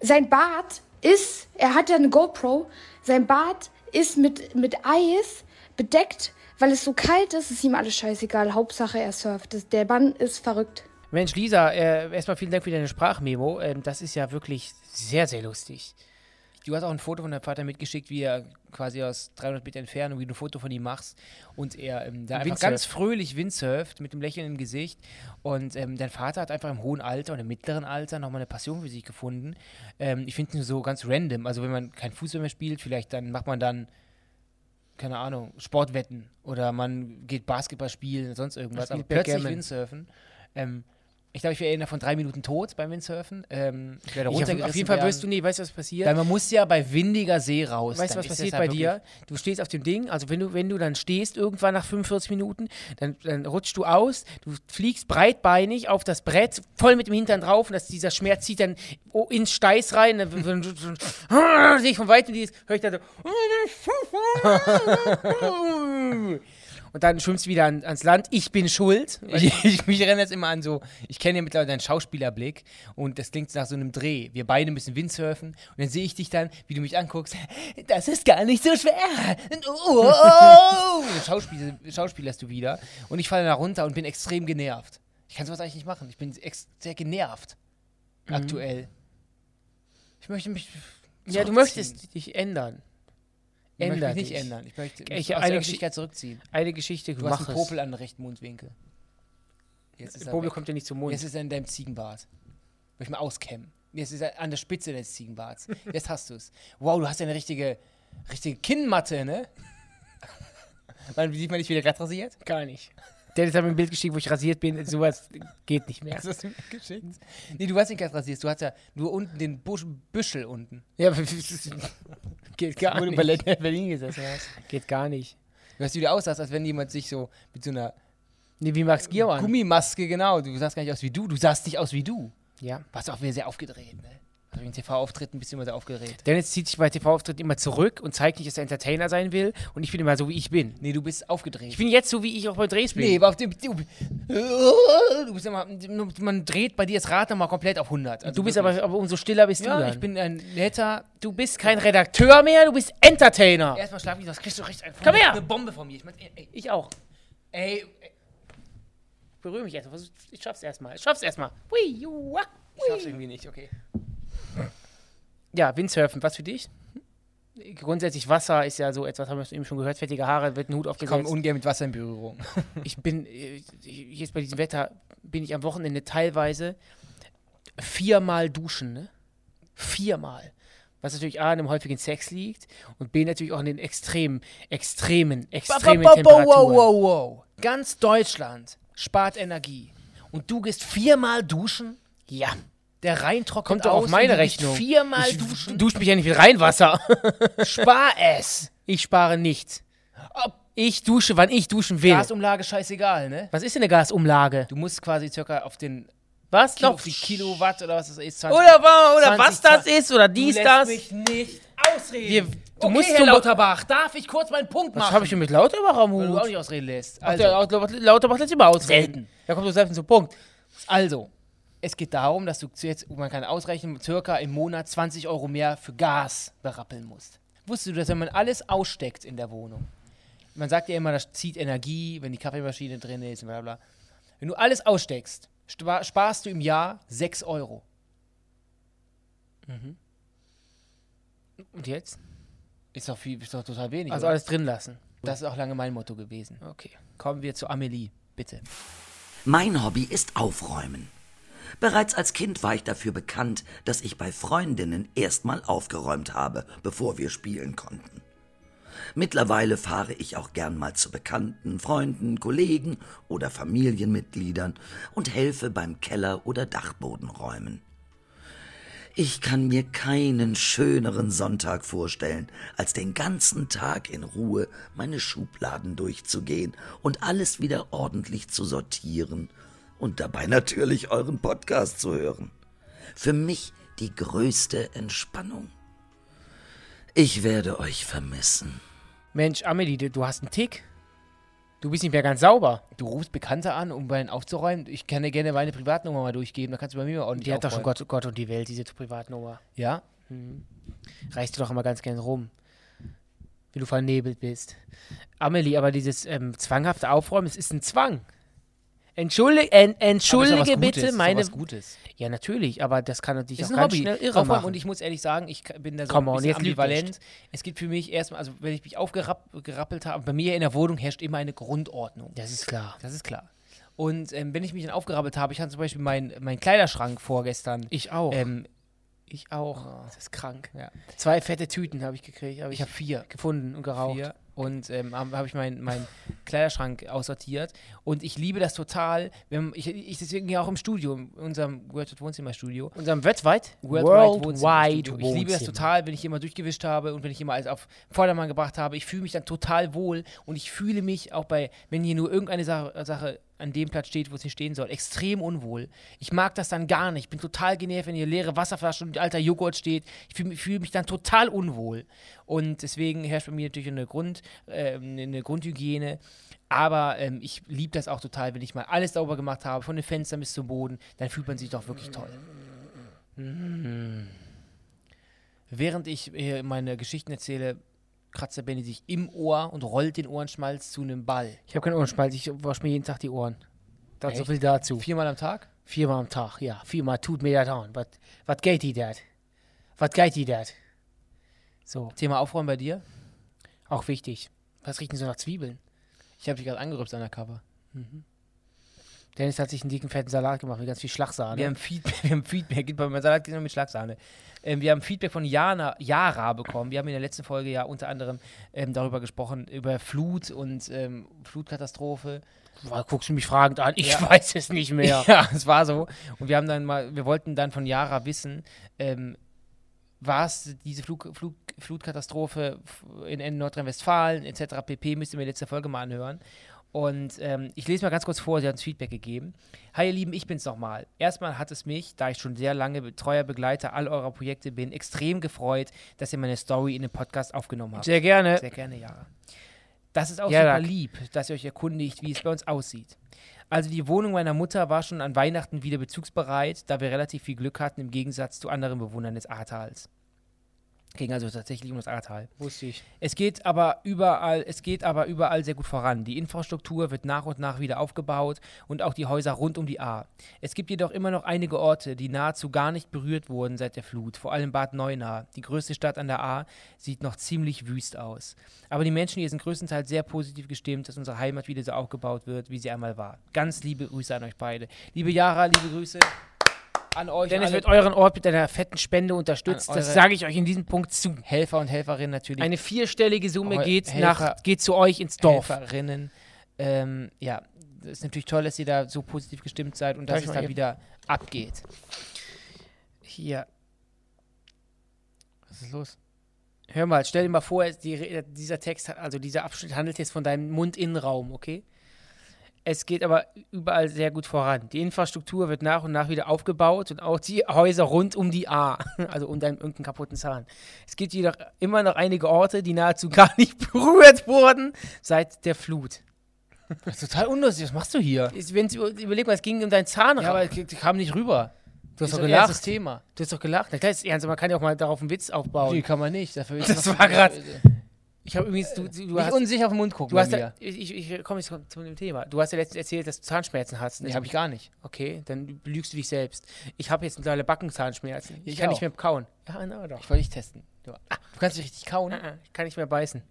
S4: sein Bart ist, er hat ja eine GoPro, sein Bart ist mit, mit Eis bedeckt, weil es so kalt ist, ist ihm alles scheißegal. Hauptsache er surft. Das- Der Mann ist verrückt.
S2: Mensch, Lisa, äh, erstmal vielen Dank für deine Sprachmemo. Ähm, das ist ja wirklich sehr, sehr lustig.
S3: Du hast auch ein Foto von deinem Vater mitgeschickt, wie er quasi aus 300 Meter Entfernung, wie du ein Foto von ihm machst und er ähm, da einfach
S2: Windsurft.
S3: ganz fröhlich windsurft mit dem Lächeln im Gesicht und ähm, dein Vater hat einfach im hohen Alter und im mittleren Alter nochmal eine Passion für sich gefunden. Ähm, ich finde ihn so ganz random, also wenn man kein Fußball mehr spielt, vielleicht dann macht man dann keine Ahnung, Sportwetten oder man geht Basketball spielen oder sonst irgendwas,
S2: Man
S3: aber
S2: spielt
S3: plötzlich
S2: Backgammon.
S3: Windsurfen. Ähm, ich glaube, ich wäre innerhalb von drei Minuten tot beim Windsurfen. Ähm, ich werde
S2: Ich, auf,
S3: runtergerissen
S2: auf jeden Fall
S3: werden.
S2: wirst du, nee, weißt du, was passiert?
S3: Weil man muss ja bei windiger See raus.
S2: Weißt du,
S3: dann
S2: was
S3: ist das
S2: passiert
S3: ja
S2: bei
S3: wirklich-
S2: dir? Du stehst auf dem Ding, also wenn du, wenn du dann stehst irgendwann nach 45 Minuten, dann, dann rutschst du aus, du fliegst breitbeinig auf das Brett, voll mit dem Hintern drauf und das, dieser Schmerz zieht dann o- ins Steiß rein. Dann so ein- so ein- sehe ich von Weitem dieses, höre ich dann so. Und dann schwimmst du wieder an, ans Land. Ich bin schuld.
S3: Ich, ich, mich erinnere jetzt immer an so, ich kenne ja mittlerweile deinen Schauspielerblick und das klingt nach so einem Dreh. Wir beide müssen Windsurfen und dann sehe ich dich dann, wie du mich anguckst. Das ist gar nicht so schwer. Und Oh, oh, oh. So Schauspiel, schauspielerst du wieder und ich falle da runter und bin extrem genervt. Ich kann sowas eigentlich nicht machen. Ich bin ex sehr genervt
S2: Mhm.
S3: aktuell. Ich möchte mich
S2: Ja, du
S3: zurückziehen.
S2: möchtest dich ändern.
S3: ich möchte
S2: änder
S3: mich nicht
S2: dich.
S3: ändern. Ich möchte mich
S2: Ich-
S3: aus
S2: eine
S3: der
S2: Geschi-
S3: Öffentlichkeit zurückziehen.
S2: Eine Geschichte,
S3: Du hast
S2: mach
S3: einen
S2: es.
S3: Popel an den rechten Mundwinkel. Jetzt ist er
S2: Popel
S3: weg.
S2: kommt ja nicht zum Mund.
S3: Jetzt ist er in deinem Ziegenbart. Möchte ich mal auskämmen. Jetzt ist er an der Spitze deines Ziegenbarts. Jetzt hast du es. Wow, du hast ja eine richtige, richtige Kinnmatte, ne? Man sieht man nicht, wie der glatt rasiert?
S2: Gar nicht. Dennis hat mir ein Bild geschickt, wo ich rasiert bin. Sowas geht nicht mehr.
S3: Hast du das mir geschickt? Nee, du hast nicht glatt rasiert. Du hast ja nur unten den Busch, Büschel unten.
S2: Ja, aber das geht gar
S3: Wo du in
S2: nicht.
S3: Berlin, Berlin gesessen hast.
S2: Geht gar nicht.
S3: Du hast, wie du aussahst, als wenn jemand sich so mit so einer
S2: Nee, wie Max Giermann.
S3: Gummimaske, genau, du sahst gar nicht aus wie du. Du sahst nicht aus wie du.
S2: Ja.
S3: Warst auch wieder sehr aufgedreht, ne? Also in TV-Auftritten bist du immer sehr aufgedreht.
S2: Dennis zieht sich bei TV-Auftritten immer zurück und zeigt nicht, dass er Entertainer sein will. Und ich bin immer so, wie ich bin.
S3: Nee, du bist aufgedreht.
S2: Ich bin jetzt so, wie ich auch bei Drehs bin.
S3: nee, aber auf dem. Du, du bist immer. Man dreht bei dir das Rad nochmal komplett auf 100. Also
S2: du bist
S3: wirklich.
S2: aber, aber umso stiller bist du
S3: Ja,
S2: dann.
S3: ich bin ein netter.
S2: du bist kein Redakteur mehr, du bist Entertainer.
S3: Erstmal schlaf ich, sonst kriegst du recht einfach.
S2: Komm her!
S3: Eine Bombe von mir. Ich mein, ey, ey,
S2: Ich auch.
S3: ey, ey,
S2: Berühre mich erstmal. Versuch- Ich schaff's erstmal. Ich schaff's erstmal. Hui, jua,
S3: ich schaff's
S2: hui.
S3: irgendwie nicht, okay.
S2: Ja, Windsurfen, was für dich? Grundsätzlich Wasser ist ja so etwas, haben wir eben schon gehört, fettige Haare, wird ein Hut
S3: Ich
S2: aufgesetzt.
S3: komme ungern mit Wasser in Berührung.
S2: ich bin äh, ich- jetzt bei diesem Wetter bin ich am Wochenende teilweise viermal duschen, ne? Viermal. Was natürlich A an einem häufigen Sex liegt und B natürlich auch an den extremen, extremen, extremen Temperaturen.
S3: wow, wow, wow. Ganz Deutschland spart Energie. Und du gehst viermal duschen?
S2: Ja.
S3: Der Rhein trocknet
S2: Kommt doch
S3: aus
S2: auf meine
S3: und du gehst
S2: Rechnung.
S3: Viermal
S2: ich
S3: duschen.
S2: Dusche mich ja nicht mit Reinwasser.
S3: Spar es.
S2: Ich spare nichts. Ich dusche, wann ich duschen will.
S3: Gasumlage scheißegal, ne?
S2: Was ist denn eine Gasumlage?
S3: Du musst quasi circa auf den
S2: Was
S3: Kilo,
S2: noch?
S3: auf die Kilowatt oder was das ist. 20.
S2: Oder, wa- oder was
S3: 20,
S2: das ist oder dies,
S3: lässt
S2: das.
S3: mich nicht ausreden.
S2: Wir-
S3: du
S2: du musst
S3: okay, musst Herr
S2: zum-
S3: Lauterbach, darf ich kurz meinen Punkt
S2: Was
S3: machen?
S2: habe ich denn mit Lauterbach am
S3: weil du
S2: Hut?
S3: auch nicht ausreden lässt.
S2: Also, der
S3: Also,
S2: Lauterbach, Lauterbach lässt immer aus.
S3: Selten.
S2: Da kommt du selbst zum Punkt.
S3: also, es geht darum, dass du zu jetzt, man kann ausrechnen, circa im Monat 20 Euro mehr für Gas berappeln musst. Wusstest du, dass wenn man alles aussteckt in der Wohnung, man sagt ja immer, das zieht Energie, wenn die Kaffeemaschine drin ist, bla bla. bla. Wenn du alles aussteckst, spa- sparst du im Jahr 6 Euro.
S2: Mhm. Und jetzt?
S3: Ist doch, viel, ist doch total wenig.
S2: Also
S3: oder?
S2: alles drin lassen.
S3: das ist auch lange mein Motto gewesen.
S2: Okay.
S3: Kommen wir zu Amelie, bitte.
S1: Mein Hobby ist Aufräumen. Bereits als Kind war ich dafür bekannt, dass ich bei Freundinnen erstmal aufgeräumt habe, bevor wir spielen konnten. Mittlerweile fahre ich auch gern mal zu Bekannten, Freunden, Kollegen oder Familienmitgliedern und helfe beim Keller- oder Dachbodenräumen. Ich kann mir keinen schöneren Sonntag vorstellen, als den ganzen Tag in Ruhe meine Schubladen durchzugehen und alles wieder ordentlich zu sortieren und dabei natürlich euren Podcast zu hören. Für mich die größte Entspannung. Ich werde euch vermissen.
S2: Mensch, Amelie, du- du hast einen Tick. Du bist nicht mehr ganz sauber.
S3: Du rufst Bekannte an, um bei denen aufzuräumen. Ich kann dir gerne meine Privatnummer mal durchgeben, dann kannst du bei mir mal ordentlich
S2: Die hat doch schon
S3: aufräumen.
S2: Gott, Gott und die Welt, diese Privatnummer.
S3: Ja?
S2: Reichst du doch immer ganz gern rum. Wenn du vernebelt bist. Amelie, aber dieses ähm, zwanghafte Aufräumen, es ist ein Zwang. Entschuldige, en, entschuldige
S3: Aber ist doch was
S2: bitte
S3: Gutes, ist doch
S2: meine.
S3: was Gutes.
S2: Ja, natürlich, aber das kann natürlich
S3: Ist
S2: auch
S3: ein
S2: ganz
S3: Hobby.
S2: schnell irre
S3: Aufräumen.
S2: machen.
S3: Und ich muss ehrlich sagen, ich k- bin da so
S2: Come
S3: ein
S2: on,
S3: bisschen
S2: jetzt lüg
S3: ambivalent.
S2: nicht.
S3: Es gibt für mich erstmal, also wenn ich mich aufgerappelt habe, bei mir in der Wohnung herrscht immer eine Grundordnung.
S2: das ist klar.
S3: Das ist klar. Und ähm, wenn ich mich dann aufgerappelt habe, ich hatte zum Beispiel meinen mein Kleiderschrank vorgestern.
S2: Ich auch.
S3: Ähm, ich auch.
S2: Äh, das ist krank.
S3: Ja.
S2: Zwei fette Tüten habe ich gekriegt. Hab ich
S3: Ich habe vier.
S2: gefunden und geraucht.
S3: Vier. Und ähm, habe hab ich meinen meinen Kleiderschrank aussortiert. Und ich liebe das total. Wenn, ich, ich deswegen ja auch im Studio, in unserem World Wohnzimmer Studio.
S2: Unserem weltweit
S3: Worldwide Wohnzimmerstudio.
S2: Wohnzimmer.
S3: Ich liebe das total, wenn ich hier mal durchgewischt habe und wenn ich hier mal alles auf Vordermann gebracht habe. Ich fühle mich dann total wohl und ich fühle mich auch bei, wenn hier nur irgendeine Sache, Sache an dem Platz steht, wo es nicht stehen soll, extrem unwohl. Ich mag das dann gar nicht. Ich bin total genervt, wenn hier leere Wasserflaschen und alter Joghurt steht. Ich fühle fühl mich dann total unwohl. Und deswegen herrscht bei mir natürlich eine, Grund, äh, eine Grundhygiene. Aber ähm, ich liebe das auch total, wenn ich mal alles sauber gemacht habe, von den Fenstern bis zum Boden, dann fühlt man sich doch wirklich toll. Während ich äh, meine Geschichten erzähle, kratzt der Benny sich im Ohr und rollt den Ohrenschmalz zu einem Ball.
S2: Ich habe keinen Ohrenschmalz. Ich wasche mir jeden Tag die Ohren. Das so
S3: Echt?
S2: viel dazu.
S3: Viermal am Tag?
S2: Viermal am Tag, ja. Viermal tut mir das an. Was- Was geht die dat? Was geht die dat? So,
S3: Thema Aufräumen bei dir?
S2: auch wichtig. Was riecht denn so nach Zwiebeln? Mhm.
S3: Ich habe dich gerade angerüpft an der Cover.
S2: Dennis hat sich einen dicken, fetten Salat gemacht mit ganz viel Schlagsahne.
S3: Wir haben Feedback, wir haben Feedback, geht bei meinem Salat geht nur mit Schlagsahne. Ähm, wir haben Feedback von Jana, Yara bekommen. Wir haben in der letzten Folge ja unter anderem ähm, darüber gesprochen, über Flut und ähm, Flutkatastrophe.
S2: Boah, guckst du mich fragend an? Ich
S3: Ja.
S2: weiß es nicht mehr.
S3: Ja, es war so. Und wir haben dann mal, wir wollten dann von Yara wissen, ähm, war es diese Flug, Flug, Flutkatastrophe f- in, in Nordrhein-Westfalen etc. pp. Müsst ihr mir letzte Folge mal anhören. Und ähm, ich lese mal ganz kurz vor, sie hat uns Feedback gegeben. Hi ihr Lieben, ich bin's nochmal. Erstmal hat es mich, da ich schon sehr lange betreuer Begleiter all eurer Projekte bin, extrem gefreut, dass ihr meine Story in den Podcast aufgenommen habt.
S2: Sehr gerne.
S3: Sehr gerne, Jara. Das ist auch
S2: Ja,
S3: super
S2: Dag.
S3: lieb, dass ihr euch erkundigt, wie es bei uns aussieht. Also die Wohnung meiner Mutter war schon an Weihnachten wieder bezugsbereit, da wir relativ viel Glück hatten im Gegensatz zu anderen Bewohnern des Ahrtals. Ging also tatsächlich um das Ahrtal.
S2: Wusste ich.
S3: Es geht aber überall, es geht aber überall sehr gut voran. Die Infrastruktur wird nach und nach wieder aufgebaut und auch die Häuser rund um die Ahr. Es gibt jedoch immer noch einige Orte, die nahezu gar nicht berührt wurden seit der Flut. Vor allem Bad Neuenahr, die größte Stadt an der Ahr, sieht noch ziemlich wüst aus. Aber die Menschen hier sind größtenteils sehr positiv gestimmt, dass unsere Heimat wieder so aufgebaut wird, wie sie einmal war. Ganz liebe Grüße an euch beide. Liebe Jara, liebe Grüße an euch.
S2: Dennis
S3: alle
S2: wird euren Ort mit einer fetten Spende unterstützt.
S3: An
S2: Das
S3: eure-
S2: sage ich euch in diesem Punkt zu.
S3: Helfer und Helferinnen natürlich.
S2: Eine vierstellige Summe
S3: Eu-
S2: geht,
S3: Helfer-
S2: nach, geht zu euch ins Dorf.
S3: Helferinnen. Ähm, ja, das ist natürlich toll, dass ihr da so positiv gestimmt seid und
S2: Darf
S3: dass
S2: ich
S3: es
S2: mal
S3: da
S2: eben-
S3: wieder abgeht.
S2: Hier,
S3: Was ist los?
S2: hör mal, stell dir mal vor, die, Re- dieser Text, hat- also dieser Abschnitt handelt jetzt von deinem Mundinnenraum, okay? Es geht aber überall sehr gut voran. Die Infrastruktur wird nach und nach wieder aufgebaut und auch die Häuser rund um die A, also um deinen irgendeinen kaputten Zahn. Es gibt jedoch immer noch einige Orte, die nahezu gar nicht berührt wurden seit der Flut.
S3: Das ist
S2: Äh,
S3: total unlustig. Was machst du hier?
S2: Ist- Wenn's, über- überleg mal, es ging um deinen Zahnraum.
S3: Ja, aber ich ich kam nicht rüber.
S2: du hast
S3: Ist
S2: doch
S3: ein
S2: gelacht.
S3: ernstes Thema.
S2: Du hast doch gelacht. Na klar, ist ernst, aber man kann ja auch mal darauf einen Witz
S3: Nee,
S2: aufbauen.
S3: kann man nicht. Dafür ist
S2: Das
S3: das
S2: war
S3: war
S2: grad-
S3: gerade.
S2: Ich habe übrigens, du, du, du
S3: Nicht
S2: hast,
S3: unsicher auf den Mund gucken.
S2: du hast
S3: bei
S2: ja,
S3: mir.
S2: ich, ich, ich komme jetzt zu zu dem Thema. Du hast ja letztens erzählt, dass du Zahnschmerzen hast. ne?
S3: Nee, habe ich gar nicht.
S2: Okay, dann lügst du dich selbst. Ich habe jetzt mittlerweile Backenzahnschmerzen. Ich,
S3: Ich
S2: kann nicht
S3: auch.
S2: mehr kauen. Ja, na doch.
S3: Ich wollte dich testen. Du, ah, du kannst nicht richtig kauen.
S2: Ah, ah, Ich kann nicht mehr beißen.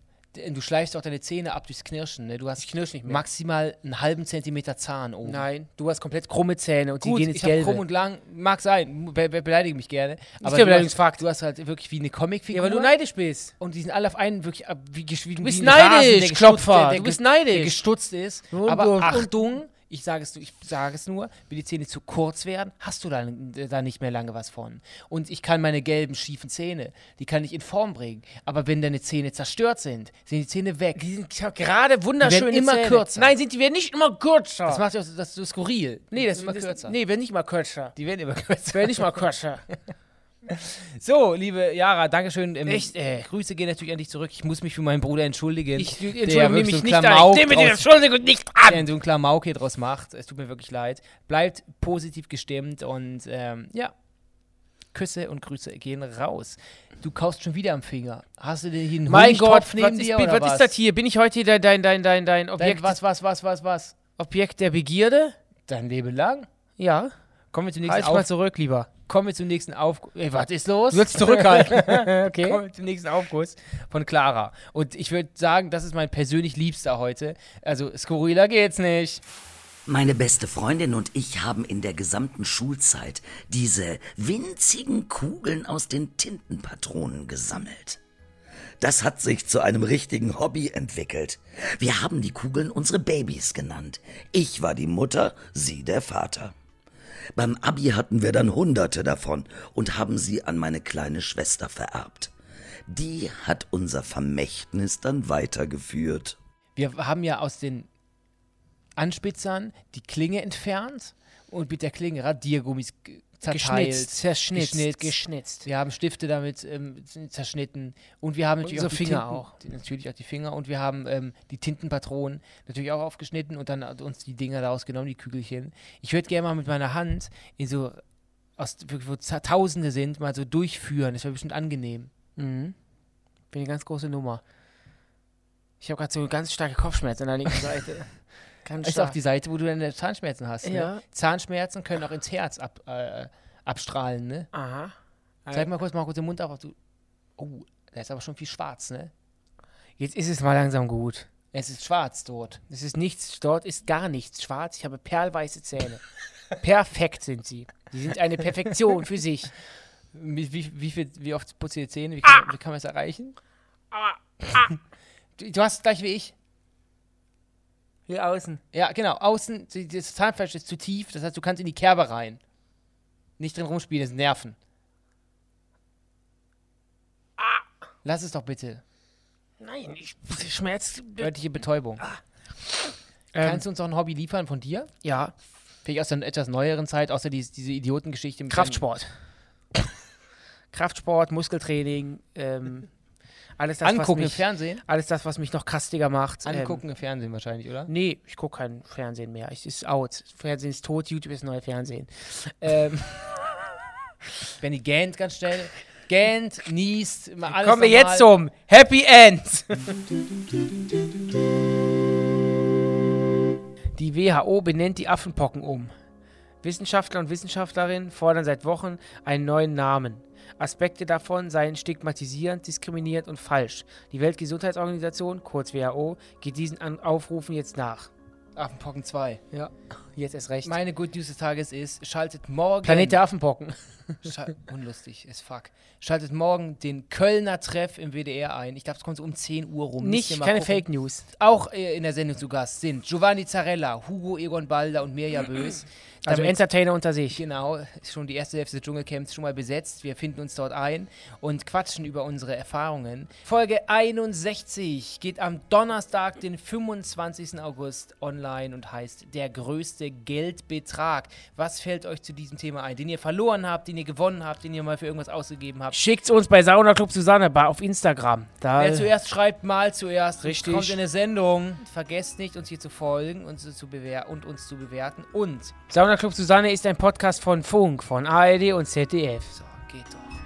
S3: Du schleifst auch deine Zähne ab durchs Knirschen. Ne? Du hast
S2: Ich knirsch nicht mehr.
S3: maximal einen halben Zentimeter Zahn oben.
S2: Nein, du hast komplett krumme Zähne und die
S3: Gut,
S2: gehen ins
S3: ich hab
S2: Gelbe.
S3: krumm und lang, mag sein, be be beleidige mich gerne.
S2: der
S3: Aber du hast,
S2: Beleidigungsfakt.
S3: du hast halt wirklich wie eine Comicfigur.
S2: ja, weil du neidisch bist.
S3: und die sind alle auf einen wirklich ab- wie, gesch- wie,
S2: Du bist
S3: wie ein Rasen,
S2: neidisch,
S3: der gestutzt-
S2: Klopfer.
S3: der- der
S2: Du
S3: ge-
S2: bist neidisch.
S3: Der gestutzt ist.
S2: Nun,
S3: aber
S2: du- und-
S3: Achtung, ich sage es, ich sage es nur, wenn die Zähne zu kurz werden, hast du da, da nicht mehr lange was von. Und ich kann meine gelben, schiefen Zähne, die kann ich in Form bringen. Aber wenn deine Zähne zerstört sind, sind die Zähne weg.
S2: Die sind gerade wunderschön.
S3: Die werden immer
S2: Zähne.
S3: kürzer.
S2: Nein, sind, die werden nicht immer kürzer.
S3: Das macht ja auch so- das ist so skurril.
S2: nee,
S3: Die
S2: das
S3: sind immer kürzer.
S2: Nee, werden nicht mal kürzer.
S3: Die werden immer kürzer.
S2: Die werden nicht mal kürzer.
S3: So, liebe Jara, Dankeschön. Ähm,
S2: Echt, ey.
S3: Grüße gehen natürlich an dich zurück. Ich muss mich für meinen Bruder entschuldigen.
S2: Ich
S3: der
S2: entschuldige
S3: wirklich
S2: mich nicht
S3: so einen
S2: an.
S3: Klamauk
S2: Ich nehme die
S3: draus-
S2: Entschuldigung nicht an.
S3: der so ein Klamauk hier draus macht. Es tut mir wirklich leid. Bleibt positiv gestimmt und ähm, ja. Küsse und Grüße gehen raus. Du kaust schon wieder am Finger. Hast du denn hier einen
S2: Mein Gott,
S3: Honigtopf
S2: was,
S3: neben
S2: ist,
S3: dir
S2: bin-
S3: oder
S2: was ist das hier? Bin ich heute dein, dein, dein, dein, dein
S3: Dein,
S2: Objekt,
S3: was, was, was, was, was?
S2: Objekt der Begierde?
S3: Dein Leben lang?
S2: Ja.
S3: Kommen wir zum
S2: Halt
S3: nächsten
S2: mal
S3: Auf.
S2: zurück, lieber.
S3: Kommen wir zum nächsten Auf. Ey, was ist los?
S2: Du willst zurückhalten.
S3: Kommen
S2: okay.
S3: wir zum nächsten Aufguss von Clara. Und ich würde sagen, das ist mein persönlich liebster heute. Also skurriler geht's nicht.
S1: Meine beste Freundin und ich haben in der gesamten Schulzeit diese winzigen Kugeln aus den Tintenpatronen gesammelt. Das hat sich zu einem richtigen Hobby entwickelt. Wir haben die Kugeln unsere Babys genannt. Ich war die Mutter, sie der Vater. Beim Abi hatten wir dann hunderte davon und haben sie an meine kleine Schwester vererbt. Die hat unser Vermächtnis dann weitergeführt.
S3: Wir haben ja aus den Anspitzern die Klinge entfernt und mit der Klinge Radiergummis ge- zerteilt.
S2: Geschnitzt, zerschnitzt,
S3: geschnitzt.
S2: geschnitzt.
S3: Wir haben Stifte damit ähm, zerschnitten und wir haben natürlich
S2: Unsere
S3: auch die
S2: Finger
S3: Tinten,
S2: auch.
S3: die- natürlich auch die Finger und wir haben ähm, die Tintenpatronen natürlich auch aufgeschnitten und dann hat uns die Dinger daraus genommen, die Kügelchen. Ich würde gerne mal mit meiner Hand in so aus wirklich wo za- Tausende sind, mal so durchführen. Das wäre bestimmt angenehm.
S2: Mhm. Bin eine ganz große Nummer. Ich habe gerade so ganz starke Kopfschmerzen an der linken Seite. ganz
S3: Ist auch
S2: stark.
S3: die Seite, wo du deine Zahnschmerzen hast.
S2: Ja.
S3: Ne? Zahnschmerzen können auch ins Herz ab, äh, abstrahlen. Ne?
S2: Aha.
S3: Zeig mal kurz, mach kurz den Mund auf. ob Du, oh, da ist aber schon viel schwarz. Ne?
S2: Jetzt ist es mal langsam gut.
S3: Es ist schwarz dort.
S2: Es ist nichts, dort ist gar nichts schwarz. Ich habe perlweiße Zähne. Perfekt sind sie. Die sind eine Perfektion für sich.
S3: Wie, wie, wie, viel, wie oft putzt ihr die Zähne? Wie kann, wie kann man das erreichen? Ah! Du, du hast es gleich wie ich.
S2: Hier außen.
S3: Ja, genau. Außen, die- das Zahnfleisch ist zu tief, das heißt, du kannst in die Kerbe rein. Nicht drin rumspielen, das nerven. Lass es doch bitte.
S2: Nein, ich, Schmerz.
S3: Örtliche Betäubung.
S2: Ähm.
S3: Kannst du uns auch ein Hobby liefern von dir?
S2: ja,
S3: Vielleicht aus der etwas neueren Zeit, außer dies- diese Idiotengeschichte mit
S2: Kraftsport. Kraftsport, Muskeltraining, ähm, alles
S3: Dem
S2: das,
S3: Angucken im
S2: was mich, Ähm.
S3: Fernsehen?
S2: alles das, was mich noch kastiger macht.
S3: Angucken im Fernsehen wahrscheinlich, oder?
S2: Ähm, nee, ich gucke kein Fernsehen mehr. Ich ist out. Fernsehen ist tot, YouTube ist neue Fernsehen. Ähm,
S3: Benny gähnt ganz schnell. Gähnt, niest, immer alles.
S2: kommen wir
S3: normal.
S2: jetzt zum Happy End. Die WHO benennt die Affenpocken um. Wissenschaftler und Wissenschaftlerinnen fordern seit Wochen einen neuen Namen. Aspekte davon seien stigmatisierend, diskriminierend und falsch. Die Weltgesundheitsorganisation, kurz WHO, geht diesen An Aufrufen jetzt nach.
S3: Affenpocken 2.
S2: Ja, jetzt erst recht.
S3: Meine Good News des Tages ist, schaltet morgen.
S2: Planet der Affenpocken.
S3: Schal unlustig, ist fuck. Schaltet morgen den Kölner Treff im WDR ein. Ich glaube, es kommt so um 10 Uhr rum. Müsst ihr
S2: Nicht,
S3: mal
S2: keine
S3: gucken.
S2: Fake News.
S3: Auch äh, in der Sendung zu Gast sind Giovanni Zarella, Hugo Egon Balder und Mirja Bös.
S2: Also
S3: Damit-
S2: Entertainer unter sich.
S3: Genau, ist schon die erste Hälfte des Dschungelcamps schon mal besetzt. Wir finden uns dort ein und quatschen über unsere Erfahrungen. Folge 61 geht am Donnerstag, den 25. August online und heißt Der größte Geldbetrag. Was fällt euch zu diesem Thema ein, den ihr verloren habt, den ihr gewonnen habt, den ihr mal für irgendwas ausgegeben habt?
S2: Schickt's uns bei Sauna Club Susanne bei- auf Instagram. Da
S3: Wer zuerst schreibt, mal zuerst.
S2: Richtig.
S3: Kommt in eine Sendung. Vergesst nicht, uns hier zu folgen uns zu bewer und uns zu bewerten. Und
S2: Sauna Club Susanne ist ein Podcast von Funk, von ARD und ZDF.
S3: so, geht doch.